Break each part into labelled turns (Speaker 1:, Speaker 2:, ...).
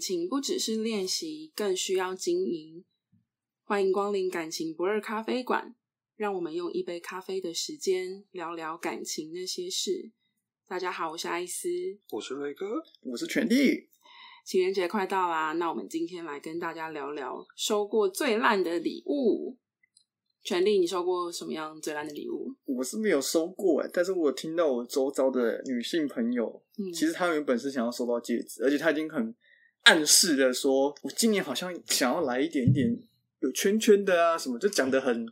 Speaker 1: 情不只是练习，更需要经营。欢迎光临感情不二咖啡馆，让我们用一杯咖啡的时间聊聊感情那些事。大家好，我是艾斯。
Speaker 2: 我是瑞哥，
Speaker 3: 我是全弟，
Speaker 1: 情人节快到啦，那我们今天来跟大家聊聊收过最烂的礼物。权力，你收过什么样最烂的礼物？
Speaker 3: 我是没有收过哎，但是我听到我周遭的女性朋友，
Speaker 1: 嗯
Speaker 3: 其实她原本是想要收到戒指，而且她已经很暗示的说，我今年好像想要来一点点有圈圈的啊什么，就讲的很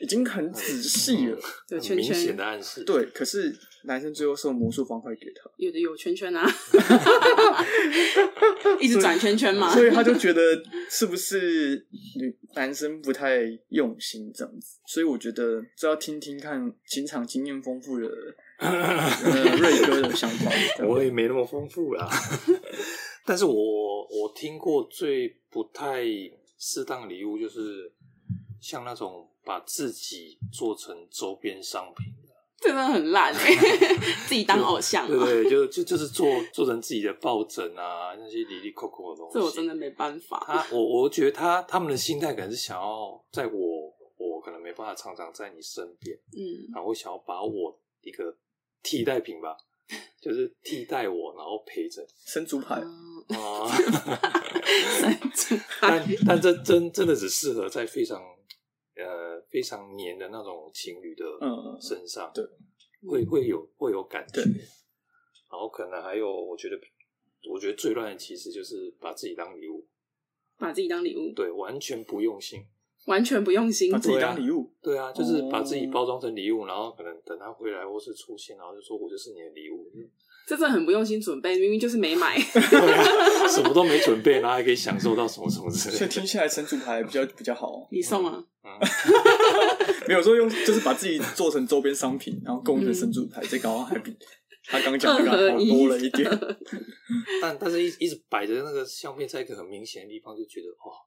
Speaker 3: 已经很仔细了。
Speaker 1: 有
Speaker 2: 嗯很
Speaker 1: 圈
Speaker 2: 明显
Speaker 1: 圈，
Speaker 2: 的暗示。
Speaker 3: 对，可是男生最后送魔术方块给她，
Speaker 1: 有的有圈圈 啊， 一直转圈圈嘛。
Speaker 3: 所以她就觉得是不是女男生不太用心这样子，所以我觉得这要听听看情场经验丰富的呃瑞哥的想法。这样
Speaker 2: 我也没那么丰富啦。 但是我我听过最不太适当的礼物，就是像那种把自己做成周边商品，
Speaker 1: 这真的很烂、欸， 自己当偶像、
Speaker 2: 对不
Speaker 1: 啊，
Speaker 2: 对？就就就是做做成自己的抱枕啊，那些里里扣扣的东西。
Speaker 1: 这我真的没办法。
Speaker 2: 他，我我觉得他他们的心态可能是想要在我我可能没办法常常在你身边，
Speaker 1: 嗯，
Speaker 2: 然后想要把我一个替代品吧， 就是替代我，然后陪 着
Speaker 3: 生猪排。
Speaker 1: 嗯
Speaker 2: 啊。但
Speaker 1: 但
Speaker 2: 但这真真的只适合在非常呃非常黏的那种情侣的
Speaker 3: 嗯
Speaker 2: 身上，
Speaker 3: 对，
Speaker 2: 会会有会有感觉。
Speaker 3: 对
Speaker 2: 然后可能还有，我觉得我觉得最乱的其实就是把自己当礼物，
Speaker 1: 把自己当礼物，
Speaker 2: 对，完全不用心。
Speaker 1: 完全不用心
Speaker 3: 把。自己
Speaker 2: 对啊
Speaker 3: 当礼物，
Speaker 2: 对啊，就是把自己
Speaker 3: 哦
Speaker 2: 包装成礼物，然后可能等他回来或是出现，然后就说我就是你的礼物，嗯
Speaker 1: 这真的很不用心准备，明明就是没买。
Speaker 2: 对啊什么都没准备，然后还可以享受到什么什么之
Speaker 3: 所
Speaker 2: 类
Speaker 3: 以
Speaker 2: 的。
Speaker 3: 听起来神主牌比较比较好。
Speaker 1: 你送啊？
Speaker 2: 嗯，
Speaker 3: 没有说用，就是把自己做成周边商品，然后供应的神主牌，这刚好还比他刚讲
Speaker 1: 二
Speaker 3: 的好
Speaker 1: 合一
Speaker 3: 多了一点。
Speaker 1: 嗯
Speaker 2: 但但是一一直摆着那个相片在一个很明显的地方，就觉得哦，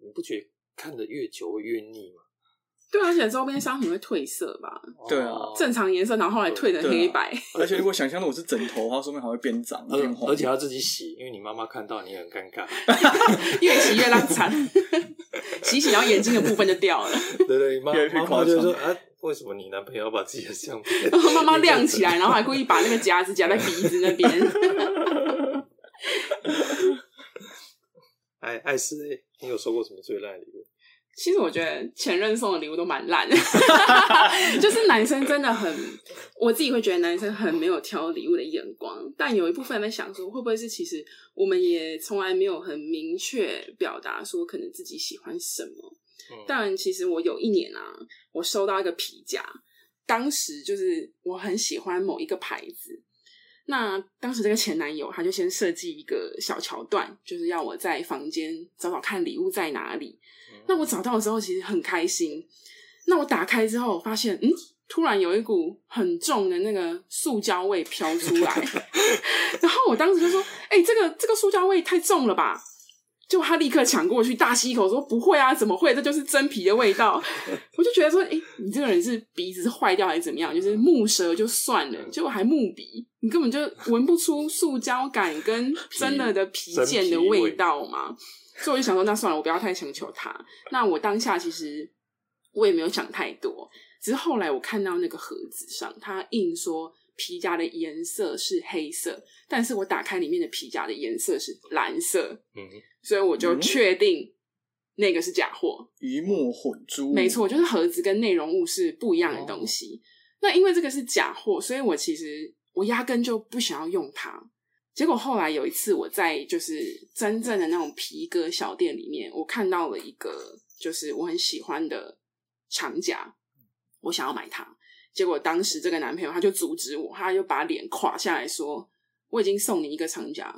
Speaker 2: 你不觉得看的越久会越腻 吗？
Speaker 1: 对啊，而且周边商品会褪色吧？
Speaker 3: 对啊
Speaker 2: 哦
Speaker 1: 正常颜色，然后后来褪成黑白。
Speaker 3: 而且如果想象的我是枕头，它说不定还会变脏
Speaker 1: 嗯
Speaker 2: 而
Speaker 3: 变黄。
Speaker 2: 而且要自己洗，因为你妈妈看到你很尴 尬，
Speaker 1: 越洗越烂惨， 洗洗然后眼睛的部分就掉了，
Speaker 2: 对不对？妈
Speaker 3: 越来越
Speaker 2: 妈
Speaker 3: 夸
Speaker 2: 妈
Speaker 3: 张
Speaker 2: 就说啊，为什么你男朋友要把自己的相片
Speaker 1: 然后慢 慢亮起来，然后还故意把那个夹子夹在鼻子那边。
Speaker 2: 哎，艾斯，你有收过什么最烂的礼物？
Speaker 1: 其实我觉得前任送的礼物都蛮烂的， 就是男生真的很，我自己会觉得男生很没有挑礼物的眼光。但有一部分在想说，会不会是其实我们也从来没有很明确表达说可能自己喜欢什么。
Speaker 2: 嗯
Speaker 1: 当然，其实我有一年啊，我收到一个皮夹，当时就是我很喜欢某一个牌子。那当时这个前男友他就先设计一个小桥段，就是要我在房间找找看礼物在哪里。
Speaker 2: 嗯哦
Speaker 1: 那我找到的时候其实很开心。那我打开之后，我发现嗯，突然有一股很重的那个塑胶味飘出来，然后我当时就说：“哎、这个这个塑胶味太重了吧！”就他立刻抢过去，大吸一口，说：“不会啊，怎么会？这就是真皮的味道。”我就觉得说：“哎、你这个人是鼻子是坏掉还是怎么样？就是木舌就算了，结果还木鼻，你根本就闻不出塑胶感跟真的的皮
Speaker 2: 真
Speaker 1: 件的
Speaker 2: 皮
Speaker 1: 味
Speaker 2: 味
Speaker 1: 道嘛。”所以我就想说，那算了，我不要太强求他。那我当下其实我也没有想太多，只是后来我看到那个盒子上，它印说皮夹的颜色是黑色，但是我打开里面的皮夹的颜色是蓝色，
Speaker 2: 嗯，
Speaker 1: 所以我就
Speaker 3: 嗯
Speaker 1: 确定那个是假货。
Speaker 3: 鱼目混珠，
Speaker 1: 没错，就是盒子跟内容物是不一样的东西。那因为这个是假货，所以我其实我压根就不想要用它。结果后来有一次，我在就是真正的那种皮革小店里面，我看到了一个就是我很喜欢的长夹，我想要买它。结果当时这个男朋友他就阻止我，他就把脸垮下来说：“我已经送你一个长夹，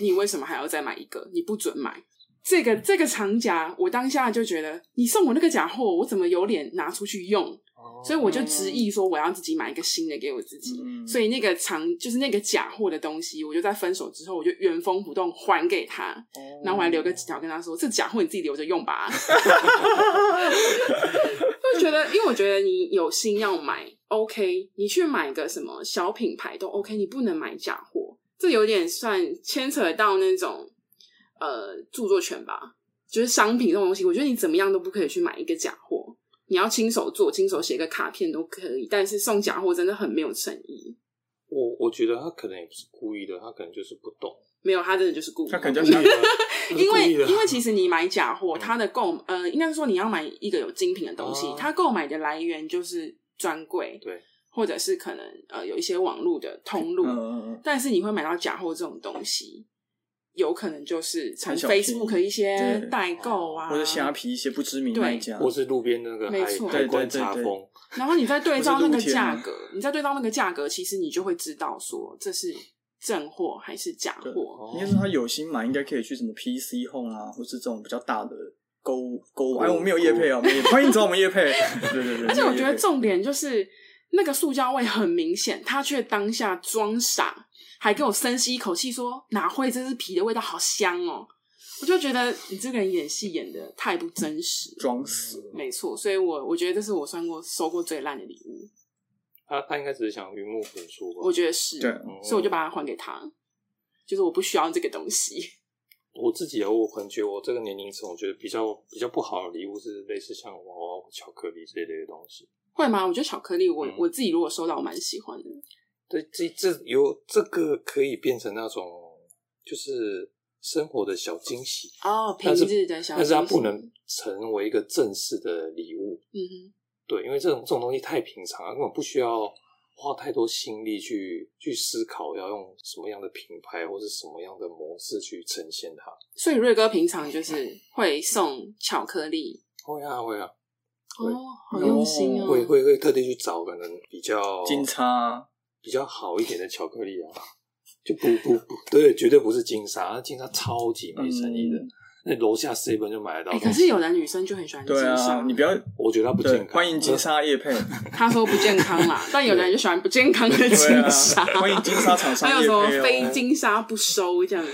Speaker 1: 你为什么还要再买一个？你不准买。”这个这个长夹，我当下就觉得你送我那个假货，我怎么有脸拿出去用？所以
Speaker 2: 哦
Speaker 1: 我就执意说我要自己买一个新的给我自己。
Speaker 3: 嗯
Speaker 1: 所以那个长就是那个假货的东西，我就在分手之后，我就原封不动还给他，
Speaker 3: 哦
Speaker 1: 然后我还留个纸条跟他说：“这假货你自己留着用吧。” 就觉得，因为我觉得你有心要买，OK，你去买个什么小品牌都 OK，你不能买假货，这有点算牵扯到那种呃著作权吧，就是商品这种东西，我觉得你怎么样都不可以去买一个假货。你要亲手做、亲手写个卡片都可以，但是送假货真的很没有诚意。
Speaker 2: 我我觉得他可能也不是故意的，他可能就是不懂，
Speaker 1: 没有，他真的就是故意。
Speaker 3: 他可能就嗯
Speaker 2: 他是
Speaker 3: 是
Speaker 2: 故意的他是
Speaker 1: 因
Speaker 2: 故
Speaker 1: 为
Speaker 2: 意的
Speaker 1: 因为其实你买假货，
Speaker 2: 嗯
Speaker 1: 它的购呃，应该说你要买一个有精品的东西
Speaker 2: 哦，
Speaker 1: 它购买的来源就是专柜，
Speaker 2: 对，
Speaker 1: 或者是可能呃有一些网络的通路，
Speaker 3: 嗯，
Speaker 1: 但是你会买到假货这种东西，有可能就是从
Speaker 3: 很小便宜
Speaker 1: Facebook 一些
Speaker 3: 对
Speaker 1: 代购啊，
Speaker 3: 或者虾皮一些不知名
Speaker 1: 对
Speaker 3: 卖家，
Speaker 2: 或是路边那个
Speaker 1: 没
Speaker 2: 海
Speaker 1: 错
Speaker 2: 海关
Speaker 3: 对对对
Speaker 2: 查
Speaker 3: 对
Speaker 2: 封，
Speaker 1: 然后你再对照那
Speaker 3: 或
Speaker 1: 个
Speaker 3: 是露天
Speaker 1: 价
Speaker 3: 啊
Speaker 1: 格，你再对照那个价格，其实你就会知道说这是正货还是假
Speaker 2: 哦
Speaker 1: 货。
Speaker 3: 应该是他有心买，应该可以去什么 PC Home 啊，或是这种比较大的购物购物。哎，我们没有叶配啊，我们也欢迎找我们叶配。对对对，
Speaker 1: 哦而且我
Speaker 3: 没有业
Speaker 1: 觉
Speaker 3: 配
Speaker 1: 得重点就是那个塑胶味很明显，他却当下装傻，还跟我深吸一口气说哪会，这是皮的味道，好香哦。我就觉得你这个人演戏演的太不真实，
Speaker 3: 装死，
Speaker 2: 哦
Speaker 1: 没错，所以我我觉得这是我算过收过最烂的礼物，
Speaker 2: 他他应该只是想鱼目混珠吧。
Speaker 1: 我觉得是，
Speaker 3: 对
Speaker 2: 哦
Speaker 1: 所以我就把它还给他，就是我不需要这个东西。
Speaker 2: 我自己啊，我可能觉得我这个年龄层，我觉得比较比较不好的礼物是类似像娃娃、巧克力这一类的东西。
Speaker 1: 会吗？我觉得巧克力我，我、
Speaker 2: 嗯
Speaker 1: 自己如果收到，我蛮喜欢的。
Speaker 2: 对，这这有这个可以变成那种就是生活的小惊喜，
Speaker 1: 哦，平
Speaker 2: 但是
Speaker 1: 日的小，
Speaker 2: 但是它不能，成为一个正式的礼物。
Speaker 1: 嗯哼，
Speaker 2: 对，因为这种这种东西太平常了，根本不需要花太多心力去去思考要用什么样的品牌或是什么样的模式去呈现它。
Speaker 1: 所以瑞哥平常就是会送巧克力，
Speaker 2: 会啊，会啊，会
Speaker 1: 哦，好用心哦，
Speaker 2: 会会会特地去找可能比较
Speaker 3: 嗯 金叉
Speaker 2: 比较好一点的巧克力啊，就不不不对，绝对不是金沙，那金沙超级没诚意的。
Speaker 3: 嗯
Speaker 2: 那楼下 seven 就买得
Speaker 1: 哎、
Speaker 2: 到东西、
Speaker 1: 可是有的女生就很喜欢金
Speaker 3: 对
Speaker 1: 沙，
Speaker 3: 啊，你不要
Speaker 2: 我觉得它不健
Speaker 3: 对，
Speaker 2: 康。
Speaker 3: 欢迎金
Speaker 2: 呃
Speaker 3: 沙叶配，
Speaker 1: 他说不健康啦，但有的人就喜欢不健康的金
Speaker 3: 对啊
Speaker 1: 沙，，
Speaker 3: 欢迎金沙厂 商
Speaker 1: 还有
Speaker 3: 叶
Speaker 1: 什
Speaker 3: 配
Speaker 1: 么
Speaker 3: 哦
Speaker 1: 非金沙不收这样，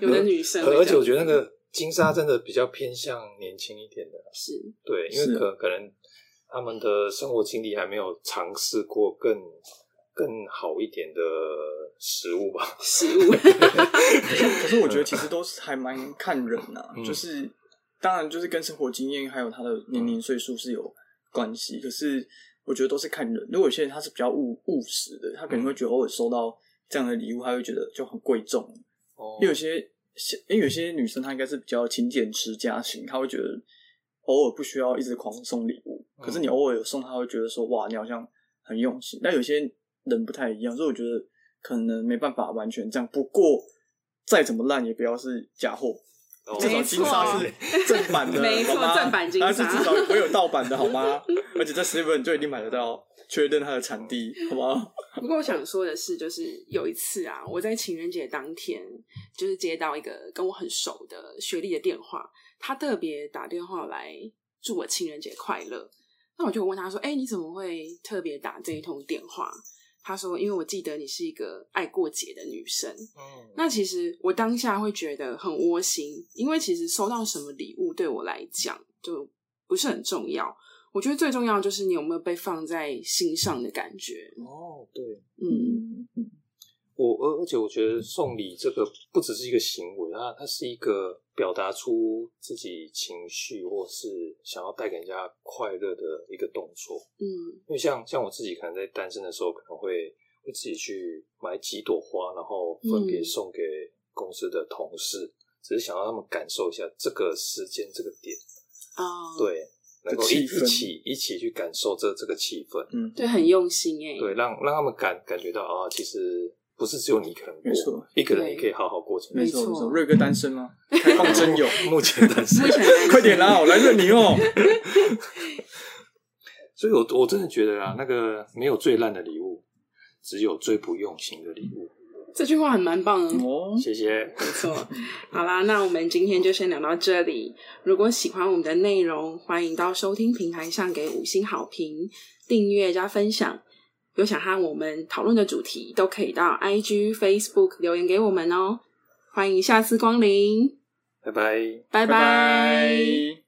Speaker 1: 有的女生会这
Speaker 2: 呃
Speaker 1: 样，
Speaker 2: 而且我觉得那个金沙真的比较偏向年轻一点的，
Speaker 1: 是
Speaker 2: 对，因为
Speaker 3: 是
Speaker 2: 可可能他们的生活经历还没有尝试过更更好一点的食物吧。
Speaker 1: 食物，
Speaker 3: 可是我觉得其实都是还蛮看人呐、
Speaker 2: 嗯
Speaker 3: 就是当然就是跟生活经验还有他的年龄岁数是有关系，可是我觉得都是看人。如果有些人他是比较务务实的，他可
Speaker 2: 嗯
Speaker 3: 能会觉得偶尔收到这样的礼物，他会觉得就很贵重。
Speaker 2: 哦
Speaker 3: 因为有些，因为有些女生她应该是比较勤俭持家型，她会觉得偶尔不需要一直狂送礼物，
Speaker 2: 嗯
Speaker 3: 可是你偶尔有送，她会觉得说哇，你好像很用心。但有些人不太一样，所以我觉得可能没办法完全这样。不过再怎么烂，也不要是假货。
Speaker 2: 哦
Speaker 3: 至少
Speaker 1: 没
Speaker 3: 金沙是正版 的，
Speaker 1: 没错
Speaker 3: 好吗
Speaker 1: 正版金沙
Speaker 3: 它是至少不会有盗版的，好吗？而且在 Seven 就一定买得到，确认它的产地，好吗？
Speaker 1: 不过我想说的是，就是有一次啊，我在情人节当天，就是接到一个跟我很熟的学历的电话，他特别打电话来祝我情人节快乐。那我就问他说：“哎、你怎么会特别打这一通电话？”他说：“因为我记得你是一个爱过节的女生。”
Speaker 2: 嗯
Speaker 1: 那其实我当下会觉得很窝心，因为其实收到什么礼物对我来讲就不是很重要。我觉得最重要就是你有没有被放在心上的感觉。
Speaker 2: 哦，对，
Speaker 1: 嗯，
Speaker 3: 嗯
Speaker 2: 我而而且我觉得送礼这个不只是一个行为啊，它它是一个表达出自己情绪或是想要带给人家快乐的一个动作。
Speaker 1: 嗯
Speaker 2: 因为像像我自己可能在单身的时候，可能会会自己去买几朵花，然后分别
Speaker 1: 嗯
Speaker 2: 送给公司的同事，只是想让他们感受一下这个时间这个点，
Speaker 1: 啊，
Speaker 2: 对，能够
Speaker 3: 这
Speaker 2: 一
Speaker 3: 气
Speaker 2: 一
Speaker 3: 氛
Speaker 2: 起一起去感受这这个气氛，
Speaker 3: 嗯，
Speaker 1: 对，很用心哎、
Speaker 2: 对，让让他们感感觉到啊，其实不是只有你一个人过，
Speaker 3: 没错
Speaker 2: 一个人
Speaker 1: 对
Speaker 2: 也可以好好过情
Speaker 3: 没
Speaker 2: 人
Speaker 1: 没
Speaker 2: 节。
Speaker 3: 错
Speaker 1: 错
Speaker 3: 没错。瑞哥单身吗？开放真 友。
Speaker 2: 目前单身
Speaker 1: 目，前来说
Speaker 3: 快点啦，我来认你哦。
Speaker 2: 所以我我真的觉得啊，那个没有最烂的礼物，只有最不用心的礼物。
Speaker 1: 这句话很蛮棒的，
Speaker 3: 哦，
Speaker 2: 谢谢，
Speaker 1: 没错。好啦，那我们今天就先聊到这里。如果喜欢我们的内容，欢迎到收听平台上给五星好评、订阅加分享。有想和我们讨论的主题，都可以到 IG、Facebook 留言给我们哦。欢迎下次光临，
Speaker 2: 拜拜。
Speaker 1: 拜拜。
Speaker 3: 拜